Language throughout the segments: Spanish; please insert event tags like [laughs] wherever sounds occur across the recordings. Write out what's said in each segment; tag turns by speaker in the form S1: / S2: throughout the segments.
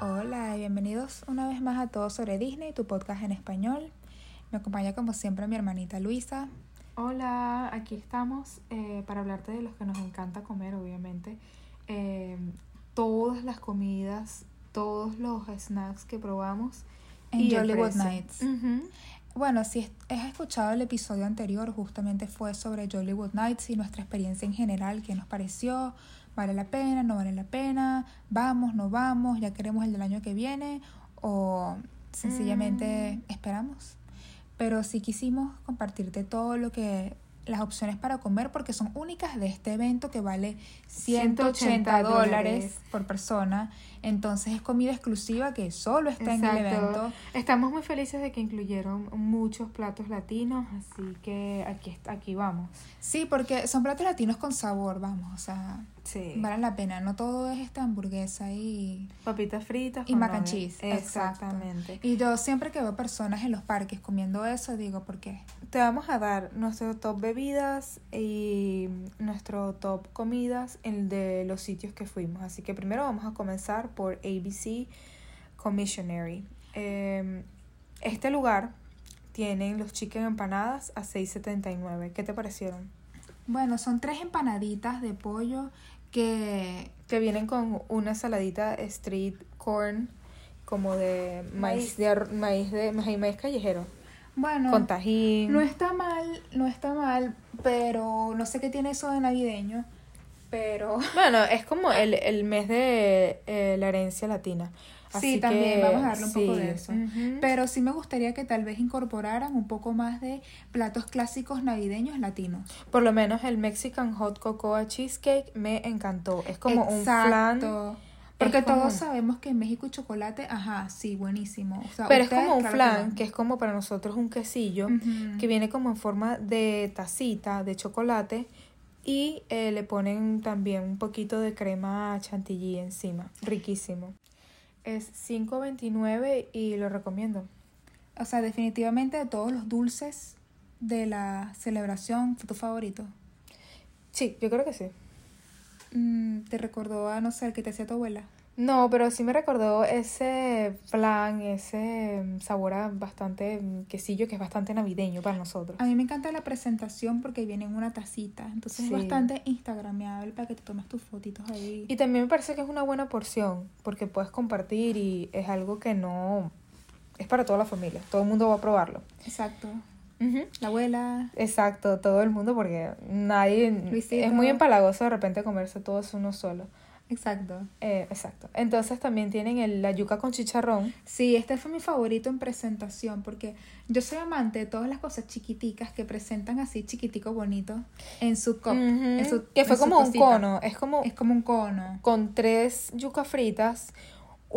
S1: Hola y bienvenidos una vez más a Todo sobre Disney, tu podcast en español. Me acompaña como siempre mi hermanita Luisa.
S2: Hola, aquí estamos eh, para hablarte de los que nos encanta comer, obviamente. Eh, todas las comidas, todos los snacks que probamos.
S1: En
S2: el
S1: Jollywood
S2: precio.
S1: Nights.
S2: Ujú.
S1: Bueno, si es- has escuchado el episodio anterior, justamente fue sobre Jollywood Nights y nuestra experiencia en general, qué nos pareció, vale la pena, no vale la pena, vamos, no vamos, ya queremos el del año que viene o sencillamente
S2: Mm.
S1: esperamos. Pero sí quisimos compartirte todo lo que las opciones para comer porque son únicas de este evento que vale 180 dólares
S2: dólares.
S1: por persona. Entonces es comida exclusiva que solo está en el
S2: Exacto.
S1: evento.
S2: Estamos muy felices de que incluyeron muchos platos latinos, así que aquí, est- aquí vamos.
S1: Sí, porque son platos latinos con sabor, vamos, o sea,
S2: Sí.
S1: vale la pena. No todo es esta hamburguesa y...
S2: Papitas fritas.
S1: Y
S2: con
S1: mac and
S2: nuggets.
S1: cheese, exacto.
S2: Exactamente.
S1: Y yo siempre que veo personas en los parques comiendo eso, digo, ¿por qué?
S2: Te vamos a dar nuestro top bebidas y nuestro top comidas, el de los sitios que fuimos. Así que primero vamos a comenzar por ABC Commissionary. Eh, este lugar tienen los chicken empanadas a 6.79. ¿Qué te parecieron?
S1: Bueno, son tres empanaditas de pollo que...
S2: Que vienen con una saladita street corn como de
S1: Maíz.
S2: maíz de ar- maíz de maíz, maíz callejero
S1: Bueno,
S2: con tajín.
S1: no está mal, no está mal, pero no sé qué tiene eso de navideño, pero... [laughs] Ah.
S2: Bueno, es como el, el mes de eh, la herencia latina.
S1: Sí,
S2: Así
S1: también,
S2: que,
S1: vamos a darle un poco de eso.
S2: Ujú.
S1: Pero sí me gustaría que tal vez incorporaran un poco más de platos clásicos navideños latinos.
S2: Por lo menos el Mexican Hot Cocoa Cheesecake me encantó. Es como un flan.
S1: Exacto. Porque
S2: es como
S1: todos
S2: un-
S1: sabemos que en México y chocolate, ajá, sí, buenísimo. O sea,
S2: Pero es
S1: ustedes,
S2: como un
S1: claro
S2: flan,
S1: no.
S2: que es como para nosotros un quesillo,
S1: Ujú.
S2: que viene como en forma de tacita de chocolate y eh, le ponen también un poquito de crema chantilly encima. Riquísimo. Es 5.29 y lo recomiendo.
S1: O sea, definitivamente de todos los dulces de la celebración, fue tu favorito.
S2: Sí, yo creo que sí.
S1: Mm, te recordó a, no sé, el que te hacía tu abuela.
S2: No, pero sí me recordó ese flan, ese mm, sabor a bastante mm, quesillo que es bastante navideño para nosotros.
S1: A mí me encanta la presentación porque viene en una tacita. Entonces es
S2: Sí.
S1: bastante instagrameable para que te tomes tus fotitos ahí.
S2: Y también me parece que es una buena porción porque puedes compartir y es algo que no es para toda la familia. Todo el mundo va a probarlo.
S1: Exacto.
S2: Ujú.
S1: La abuela.
S2: Exacto, todo el mundo porque nadie mm,
S1: Luisito.
S2: es muy empalagoso de repente comerse todos uno solo.
S1: Exacto.
S2: Eh, exacto. Entonces también tienen el, la yuca con chicharrón.
S1: Sí, este fue mi favorito en presentación porque yo soy amante de todas las cosas chiquiticas que presentan así chiquitico bonito en su cup, en
S2: Ujú.
S1: su-
S2: que
S1: en
S2: fue
S1: su
S2: como un
S1: cosita.
S2: cono, es como
S1: Es como un cono.
S2: con tres yucas fritas,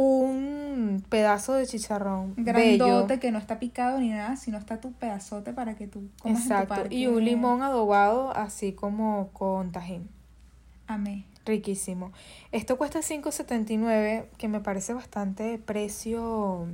S2: un pedazo de chicharrón
S1: Grandote
S2: bello,
S1: que no está picado ni nada, sino está tu pedazote para que tú comas en tu
S2: exacto, y
S1: parque.
S2: un limón adobado así como con tajín.
S1: Amé.
S2: Riquísimo. Esto cuesta 5.79, que me parece bastante precio.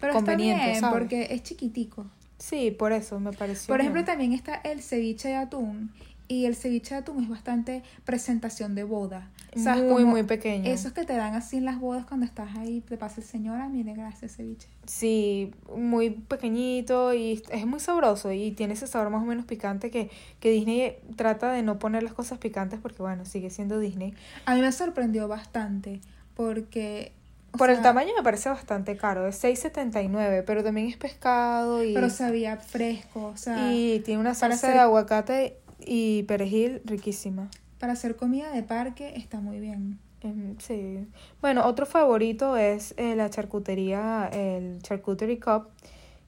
S1: Pero
S2: Conveniente,
S1: está bien
S2: ¿sabes?
S1: porque es chiquitico.
S2: Sí, por eso me pareció.
S1: Por ejemplo,
S2: bien.
S1: también está el ceviche de atún. Y el ceviche de atún es bastante presentación de boda. ¿Sabes?
S2: muy
S1: Como
S2: muy pequeño.
S1: Esos que te dan así en las bodas cuando estás ahí, te pasa el señora, mire, gracias ceviche.
S2: Sí, muy pequeñito y es muy sabroso y tiene ese sabor más o menos picante que, que Disney trata de no poner las cosas picantes porque bueno, sigue siendo Disney.
S1: A mí me sorprendió bastante porque... o
S2: Por el
S1: sea,
S2: tamaño me parece bastante caro, es 6.79, pero también es pescado y,
S1: Pero sabía fresco, o sea,
S2: y tiene una
S1: para
S2: salsa
S1: hacer-
S2: de aguacate y perejil riquísima.
S1: para hacer comida de parque está muy bien.
S2: Em, sí. Bueno, otro favorito es eh, la charcutería, el Charcuterie Cup,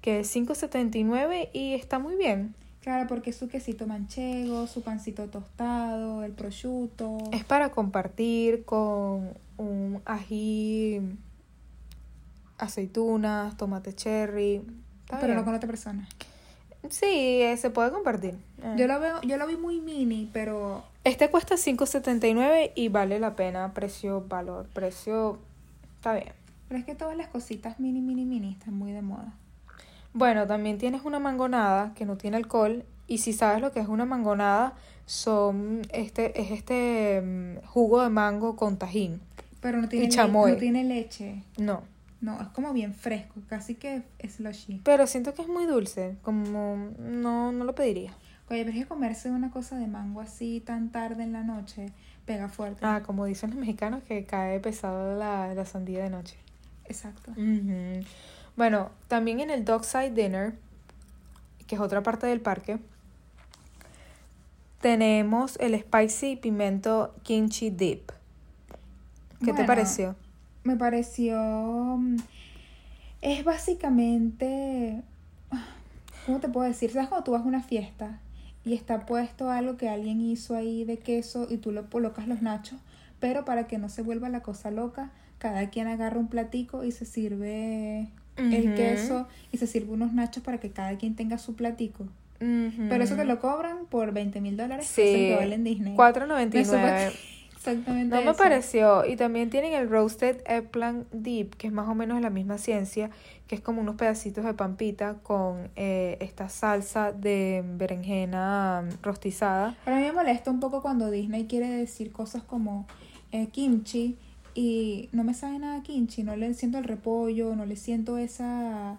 S2: que es 5.79 y está muy bien.
S1: Claro, porque su quesito manchego, su pancito tostado, el prosciutto.
S2: Es para compartir con un ají, aceitunas, tomate cherry. Está
S1: Pero no
S2: bien.
S1: con otra persona.
S2: Sí, eh, se puede compartir. Eh.
S1: Yo lo veo, yo lo vi muy mini, pero
S2: Este cuesta 5.79 y vale la pena, precio, valor, precio, está bien.
S1: pero es que todas las cositas mini, mini, mini están muy de moda.
S2: Bueno, también tienes una mangonada que no tiene alcohol y si sabes lo que es una mangonada, son este es este mm, jugo de mango con tajín.
S1: Pero no tiene,
S2: Y
S1: le-
S2: chamoy.
S1: no tiene leche.
S2: No.
S1: No, es como bien fresco, casi que es slushy.
S2: Pero siento que es muy dulce. Como no, no lo pediría.
S1: Oye, pero es que comerse una cosa de mango así tan tarde en la noche pega fuerte.
S2: Ah, como dicen los mexicanos, que cae pesado la, la sandía de noche.
S1: Exacto.
S2: Ujú. Bueno, también en el Dockside Dinner, que es otra parte del parque, tenemos el Spicy Pimento Kimchi Dip. ¿Qué te
S1: Bueno.
S2: pareció?
S1: Me pareció... mm, Es básicamente... ¿Cómo te puedo decir? ¿Sabes cuando tú vas a una fiesta y está puesto algo que alguien hizo ahí de queso y tú lo colocas los nachos? Pero para que no se vuelva la cosa loca, cada quien agarra un platico y se sirve el
S2: Ujú.
S1: queso y se sirve unos nachos para que cada quien tenga su platico. Pero eso te lo cobran por 20 mil dólares. que es el
S2: Mm. Sí.
S1: que vale en Disney. Me supo-
S2: 4.99.
S1: Exactamente.
S2: No me
S1: eso.
S2: pareció. Y también tienen el Roasted Eggplant Dip, que es más o menos la misma ciencia, que es como unos pedacitos de pampita con eh, esta salsa de berenjena mm, rostizada.
S1: Pero a mí me molesta un poco cuando Disney quiere decir cosas como eh, kimchi y no me sabe nada a kimchi, no le siento el repollo, no le siento esa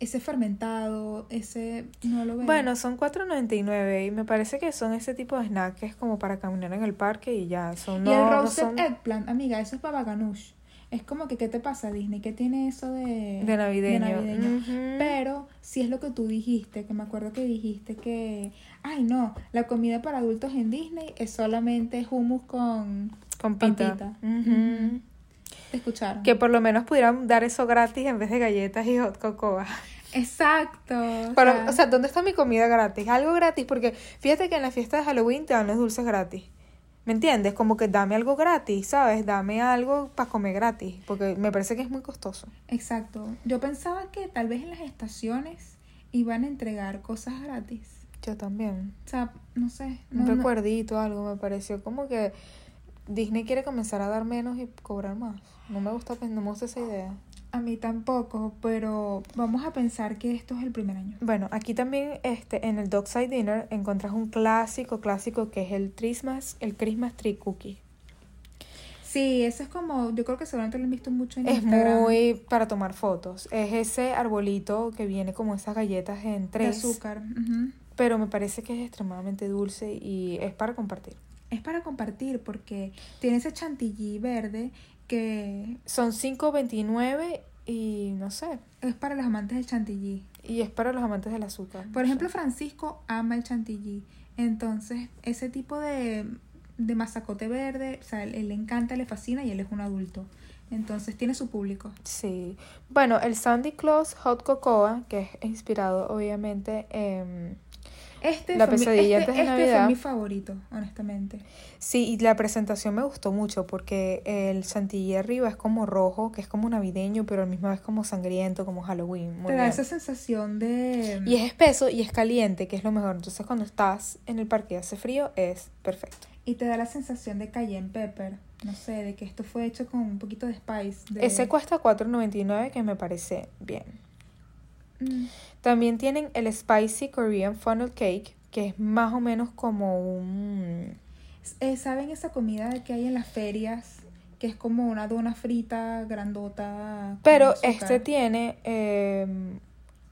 S1: ese fermentado, ese no lo veo.
S2: Bueno, son 4.99 y me parece que son ese tipo de snacks que es como para caminar en el parque y ya, son no,
S1: y el
S2: no
S1: roasted
S2: son
S1: eggplant, amiga, eso es baba ganoush. Es como que qué te pasa Disney, qué tiene eso de
S2: de navideño. Ujú.
S1: Pero si es lo que tú dijiste, que me acuerdo que dijiste que, ay no, la comida para adultos en Disney es solamente hummus con...
S2: con pita.
S1: pampita.
S2: Ujú.
S1: Ujú. ¿Te escucharon?
S2: Que por lo menos pudieran dar eso gratis en vez de galletas y hot cocoa.
S1: Exacto. o
S2: Pero,
S1: sea,
S2: o sea, ¿dónde está mi comida gratis? Algo gratis, porque fíjate que en la fiesta de Halloween te dan los dulces gratis. ¿Me entiendes? Como que dame algo gratis, ¿sabes? Dame algo para comer gratis, porque me parece que es muy costoso.
S1: Exacto. Yo pensaba que tal vez en las estaciones iban a entregar cosas gratis.
S2: Yo también.
S1: O sea, no sé.
S2: Un
S1: No, no-
S2: recuerdito, algo, me pareció como que Disney quiere comenzar a dar menos y cobrar más. No me gusta, pues, no me gusta esa idea.
S1: a mí tampoco, pero vamos a pensar que esto es el primer año.
S2: Bueno, aquí también este, en el Dockside Dinner encuentras un clásico, clásico que es el Christmas, el Christmas Tree Cookie.
S1: Sí, eso es como, yo creo que seguramente lo han visto mucho en
S2: Es
S1: Instagram.
S2: muy para tomar fotos. Es ese arbolito que viene como esas galletas en
S1: de
S2: tres.
S1: azúcar. ujú.
S2: Pero me parece que es extremadamente dulce y es para compartir.
S1: Es para compartir porque tiene ese chantilly verde que
S2: Son 5.29 y no sé.
S1: es para los amantes del chantilly.
S2: Y es para los amantes del azúcar. no
S1: Por
S2: sé.
S1: ejemplo, Francisco ama el chantilly. Entonces, ese tipo de, de mazacote verde, o sea, él, él le encanta, le fascina y él es un adulto. Entonces, tiene su público.
S2: Sí. Bueno, el Sandy Claus Hot Cocoa, que es inspirado obviamente em, en...
S1: Este
S2: La
S1: fue mi-
S2: pesadilla
S1: este,
S2: antes de
S1: este
S2: Navidad.
S1: fue mi favorito, honestamente.
S2: Sí, y la presentación me gustó mucho porque el chantilly arriba es como rojo, que es como navideño, pero al mismo vez como sangriento, como Halloween.
S1: Te
S2: Muy
S1: da
S2: bien.
S1: esa sensación de...
S2: Y es espeso y es caliente, que es lo mejor. Entonces cuando estás en el parque y hace frío, es perfecto.
S1: Y te da la sensación de cayenne pepper. No sé, de que esto fue hecho con un poquito de spice. de-
S2: Ese cuesta $4.99, que me parece bien.
S1: Mm,
S2: También tienen el Spicy Korean Funnel Cake, que es más o menos como un...
S1: eh, ¿Saben esa comida que hay en las ferias? Que es como una dona frita, grandota. con
S2: Pero
S1: azúcar.
S2: este tiene... eh,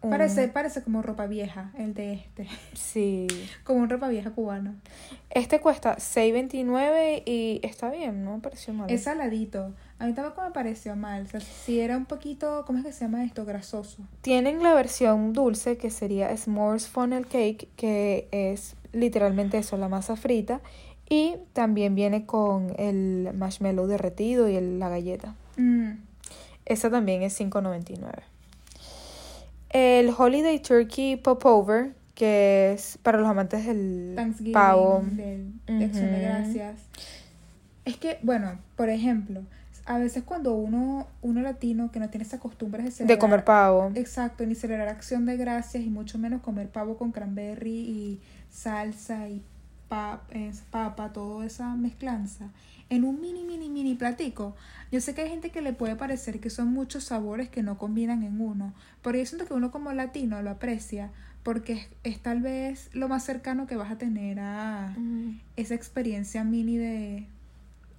S2: un-
S1: Parece, parece como ropa vieja, el de este. [laughs]
S2: Sí.
S1: Como un ropa vieja cubano.
S2: Este cuesta $6.29 y está bien, no me pareció mal.
S1: Es saladito. A mí tampoco me pareció mal. O sea, si era un poquito, ¿cómo es que se llama esto? Grasoso.
S2: Tienen la versión dulce que sería S'mores Funnel Cake, que es literalmente eso, la masa frita. Y también viene con el marshmallow derretido y el- la galleta.
S1: Mm,
S2: Esa también es $5.99. El Holiday Turkey Popover, que es para los amantes del
S1: Thanksgiving,
S2: pavo.
S1: del- de acción de
S2: Ujú.
S1: gracias. Es que, bueno, por ejemplo, a veces cuando uno, uno latino que no tiene esas costumbres de celebrar-
S2: De comer pavo.
S1: Exacto, ni celebrar acción de gracias y mucho menos comer pavo con cranberry y salsa y pa- es- papa, toda esa mezclanza. En un mini, mini, mini platico. Yo sé que hay gente que le puede parecer que son muchos sabores que no combinan en uno, pero yo siento que uno como latino lo aprecia porque es, es tal vez lo más cercano que vas a tener a
S2: Mm.
S1: esa experiencia mini de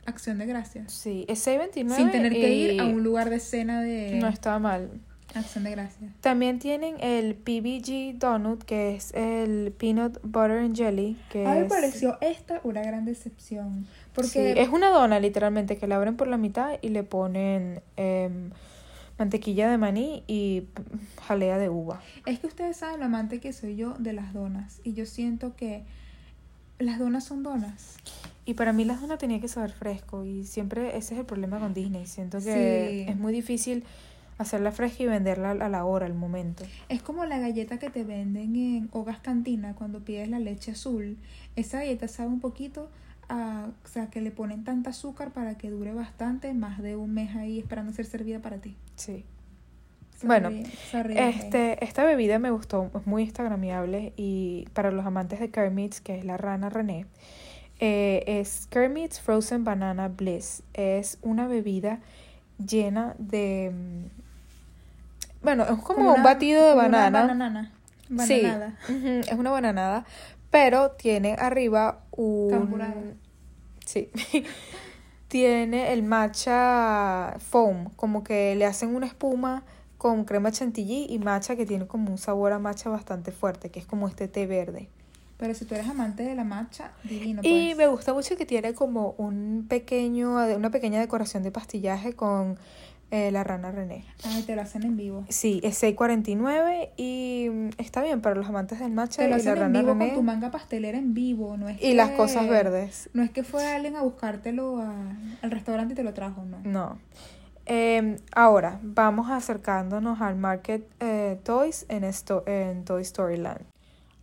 S1: Acción de gracias.
S2: Sí, ese 29
S1: Sin tener que
S2: eh,
S1: ir a un lugar de cena de
S2: No está mal.
S1: Acción de gracias.
S2: También tienen el PBG Donut, que es el Peanut Butter and Jelly. Que
S1: A mí me
S2: es,
S1: pareció esta una gran decepción. Porque
S2: Eh, sí, es una dona, literalmente, que la abren por la mitad y le ponen em, mantequilla de maní y p- jalea de uva.
S1: Es que ustedes saben lo amante que soy yo de las donas. Y yo siento que las donas son donas.
S2: Y para mí las donas tenía que saber fresco y siempre ese es el problema con Disney. Siento que
S1: Sí.
S2: es muy difícil hacerla fresca y venderla a la hora, al momento.
S1: Es como la galleta que te venden en Hogas Cantina cuando pides la leche azul. Esa galleta sabe un poquito a. O sea, que le ponen tanta azúcar para que dure bastante, más de un mes ahí esperando ser servida para ti.
S2: Sí.
S1: Sabe
S2: Bueno,
S1: bien, sabe bien.
S2: Este, esta bebida me gustó, es muy instagramiable y para los amantes de Kermit's, que es la rana René, eh, es Kermit's Frozen Banana Bliss. Es una bebida llena de... mm, Bueno, es como, un
S1: una-
S2: batido de
S1: como una
S2: banana.
S1: bananana.
S2: Sí,
S1: Bananada.
S2: ujú, es una bananada, pero tiene arriba un...
S1: Camburado.
S2: Sí. [laughs] tiene el matcha foam, como que le hacen una espuma con crema chantilly y matcha que tiene como un sabor a matcha bastante fuerte, que es como este té verde.
S1: Pero si tú eres amante de la matcha, divino.
S2: y
S1: pues.
S2: me gusta mucho que tiene como un pequeño, una pequeña decoración de pastillaje con eh, la rana René.
S1: Ay, te lo hacen en vivo.
S2: Sí, es 6.49 y mm, está bien para los amantes del matcha
S1: Te lo
S2: y la
S1: hacen en
S2: rana
S1: vivo
S2: René.
S1: con tu manga pastelera en vivo, no es
S2: Y las
S1: que-
S2: cosas verdes.
S1: No es que fue alguien a buscártelo a- al restaurante y te lo trajo, no.
S2: No. Eh, ahora, vamos acercándonos al Market eh, Toys en, esto en Toy Storyland.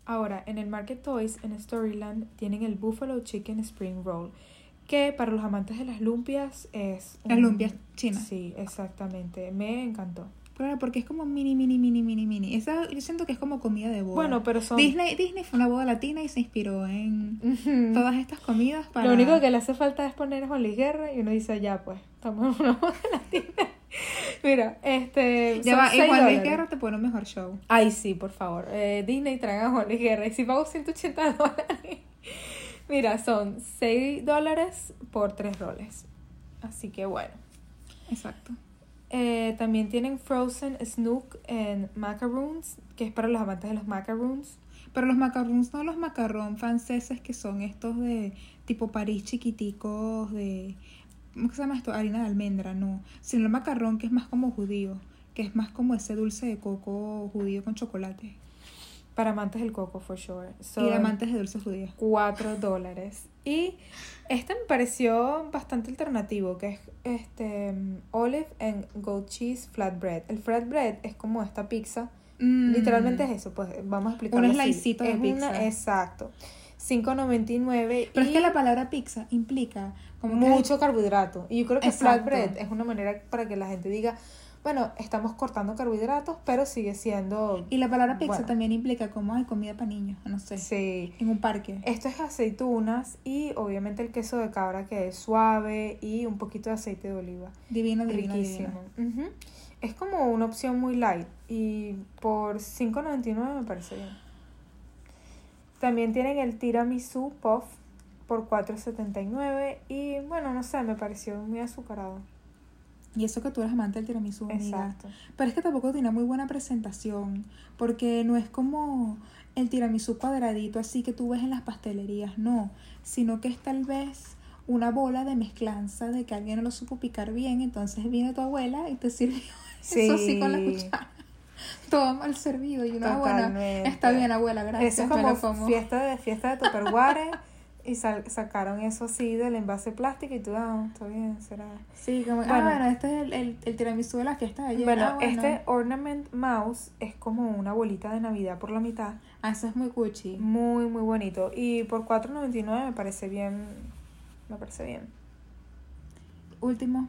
S2: Ahora, en el Market Toys en Storyland tienen el Buffalo Chicken Spring Roll, que para los amantes de las lumpias es...
S1: Las lumpias chinas.
S2: Sí, exactamente. Me encantó.
S1: Claro, porque es como mini, mini, mini, mini, mini. Esa, yo siento que es como comida de boda.
S2: Bueno, pero son... [laughs]
S1: Disney, Disney fue una boda latina y se inspiró en
S2: Ujú.
S1: todas estas comidas para...
S2: Mm. Lo único que le hace falta es poner a Juan Luis Guerra y uno dice, ya pues, estamos en una boda latina. [laughs] Mira, este...
S1: Ya
S2: son
S1: va,
S2: seis
S1: en Juan Luis
S2: dólares.
S1: Guerra te pone un mejor show.
S2: Ay, sí, por favor. Eh, Disney traga a Juan Luis Guerra. Y si pago 180 [laughs] dólares. Mira, son 6 dólares por 3 roles. Así que bueno.
S1: Exacto.
S2: Eh, también tienen Frozen Snook en Macaroons, que es para los amantes de los macaroons.
S1: Pero los macarons no los macarrón franceses que son estos de tipo París chiquiticos de ¿cómo se llama esto? harina de almendra, no, sino el macarrón que es más como judío, que es más como ese dulce de coco judío con chocolate.
S2: Para amantes del coco, for sure.
S1: Y de
S2: Son
S1: amantes de dulces judíos.
S2: 4 dólares. Y este me pareció bastante alternativo, que es este mm, Olive and Goat Cheese Flatbread. El flatbread es como esta pizza
S1: Mm.
S2: Literalmente es eso, pues vamos a explicarlo. así.
S1: slicecito de
S2: Es una-
S1: pizza.
S2: exacto. 5.99
S1: Pero
S2: y
S1: es que la palabra pizza implica como que-
S2: mucho carbohidrato. Y yo creo que
S1: Exacto.
S2: flatbread es una manera para que la gente diga, bueno, estamos cortando carbohidratos, pero sigue siendo
S1: y la palabra pizza
S2: Bueno.
S1: también implica como hay comida para niños, no sé,
S2: sí.
S1: en un parque.
S2: Esto es aceitunas y obviamente el queso de cabra que es suave y un poquito de aceite de oliva.
S1: Divino, divino, divino.
S2: Riquísimo. Ujú. Es como una opción muy light y por 5.99 me parece bien. También tienen el tiramisu puff por 4.79 y bueno, no sé, me pareció muy azucarado.
S1: Y eso que tú eres amante del tiramisú, amiga.
S2: Exacto.
S1: Pero es que tampoco tiene muy buena presentación, porque no es como el tiramisú cuadradito así que tú ves en las pastelerías, no, sino que es tal vez una bola de mezclanza de que alguien no lo supo picar bien, entonces viene tu abuela y te sirvió [laughs] eso así con la
S2: Sí.
S1: cuchara. Todo mal servido y una buena.
S2: Totalmente.
S1: Está bien, abuela, gracias.
S2: Eso es
S1: me
S2: como,
S1: lo como.
S2: fiesta de fiesta de Tupperware y sal- sacaron eso así del envase plástico y tú, ah, está bien, será.
S1: Sí, como, ah,
S2: Bueno.
S1: bueno, este es el, el, el tiramisú de la fiesta de ayer.
S2: Bueno,
S1: Ah,
S2: este ornament mouse es como una bolita de Navidad por la mitad.
S1: Ah, eso es muy cuchi.
S2: Muy, muy bonito. Y por 4.99 me parece bien. Me parece bien.
S1: Último.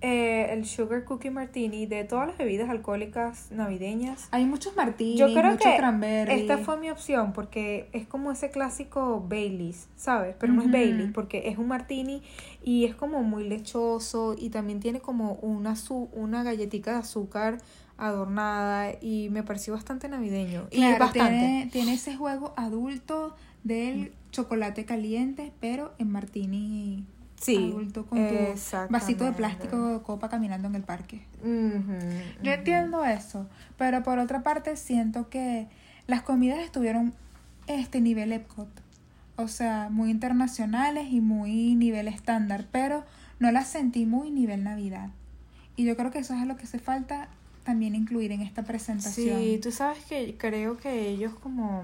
S2: Eh, el Sugar Cookie Martini de todas las bebidas alcohólicas navideñas.
S1: Hay muchos martini,
S2: Yo creo
S1: mucho
S2: que
S1: cranberry.
S2: esta fue mi opción porque es como ese clásico Baileys, ¿sabes? Pero no es
S1: Ujú.
S2: Baileys porque es un martini y es como muy lechoso y también tiene como una, azu- una galletita de azúcar adornada y me pareció bastante navideño. y
S1: Claro,
S2: bastante.
S1: tiene, tiene ese juego adulto del chocolate caliente, pero en martini
S2: Sí,
S1: adulto con tu vasito de
S2: exactamente.
S1: plástico de copa caminando en el parque.
S2: Ujú,
S1: Yo
S2: ujú.
S1: entiendo eso, pero por otra parte siento que las comidas estuvieron este nivel Epcot, o sea, muy internacionales y muy nivel estándar, pero no las sentí muy nivel Navidad. Y yo creo que eso es lo que hace falta también incluir en esta presentación.
S2: Sí, tú sabes que creo que ellos como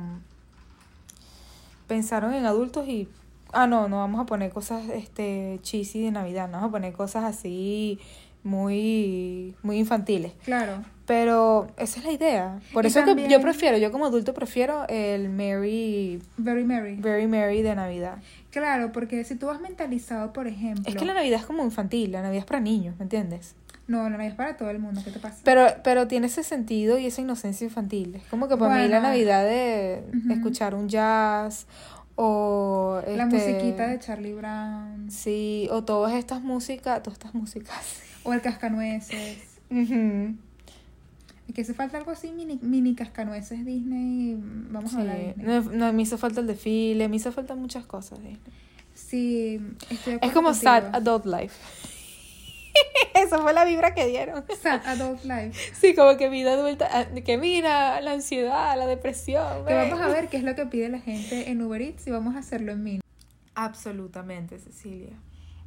S2: pensaron en adultos y ah no, no vamos a poner cosas este cheesy de Navidad, no vamos a poner cosas así muy muy infantiles.
S1: Claro.
S2: Pero esa es la idea. Por
S1: Y
S2: eso
S1: también-
S2: que yo prefiero, yo como adulto prefiero el Merry
S1: Very merry.
S2: Very Merry de Navidad.
S1: Claro, porque si tú vas mentalizado, por ejemplo,
S2: Es que la Navidad es como infantil, la Navidad es para niños, ¿me entiendes?
S1: no, no es para todo el mundo, ¿qué te pasa?
S2: Pero, pero tiene ese sentido y esa inocencia infantil. Es como que para mí la
S1: Bueno.
S2: Navidad de
S1: Ujú.
S2: escuchar un jazz o...
S1: La
S2: este,
S1: musiquita de Charlie Brown
S2: Sí, o todas estas músicas, todas estas músicas.
S1: o el cascanueces.
S2: [laughs] Ujú.
S1: Es que hace falta algo así, mini, mini cascanueces Disney. mm, Vamos a hablar de
S2: Sí.
S1: Disney.
S2: No, no, me hizo falta el desfile, me hizo falta muchas cosas. Disney.
S1: Sí, estoy de
S2: Es
S1: acuerdo
S2: como
S1: contigo.
S2: Sad Adult Life. [laughs] Esa fue la vibra que dieron.
S1: Sad Adult Life.
S2: Sí, como que vida adulta, ah, que mira, la ansiedad, la depresión.
S1: Que
S2: ven.
S1: vamos a ver qué es lo que pide la gente en Uber Eats y vamos a hacerlo en mini.
S2: [laughs] Absolutamente, Cecilia.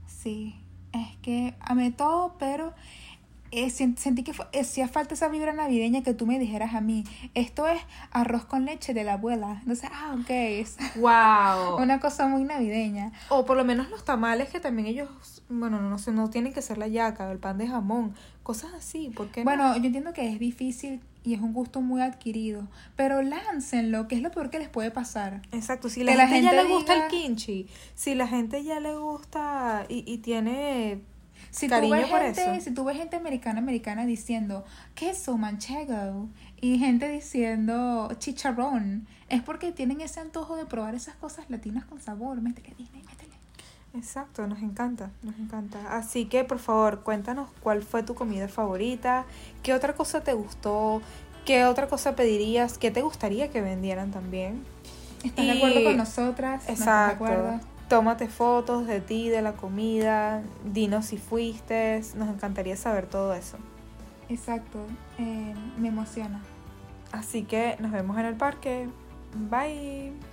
S1: Sí, es que amé todo, pero eh, sen- sentí que fue- eh, hacía falta esa vibra navideña que tú me dijeras a mí. Esto es arroz con leche de la abuela. Entonces, ah, ok, es
S2: Wow.
S1: una cosa muy navideña.
S2: O por lo menos los tamales que también ellos, bueno, no sé, no tienen que ser la yaca, el pan de jamón, cosas así, porque
S1: Bueno, yo entiendo que es difícil y es un gusto muy adquirido, pero láncenlo, que es lo peor que les puede pasar.
S2: Exacto, si
S1: que
S2: la,
S1: la
S2: gente, ya
S1: gente
S2: le gusta
S1: diga-
S2: el kimchi, si la gente ya le gusta y, y tiene
S1: Si
S2: Cariño
S1: tú ves
S2: por
S1: gente,
S2: eso.
S1: si tú ves gente americana americana diciendo queso manchego y gente diciendo chicharrón, es porque tienen ese antojo de probar esas cosas latinas con sabor. Métele Disney, métele.
S2: Exacto, nos encanta, nos encanta. Así que por favor, cuéntanos cuál fue tu comida favorita, qué otra cosa te gustó, qué otra cosa pedirías, qué te gustaría que vendieran también.
S1: ¿Están de
S2: Y-
S1: acuerdo con nosotras? ¿No están de
S2: Exacto.
S1: acuerdo?
S2: Tómate fotos de ti, de la comida, dinos si fuiste, nos encantaría saber todo eso.
S1: Exacto. Eh, me emociona.
S2: Así que nos vemos en el parque. Bye.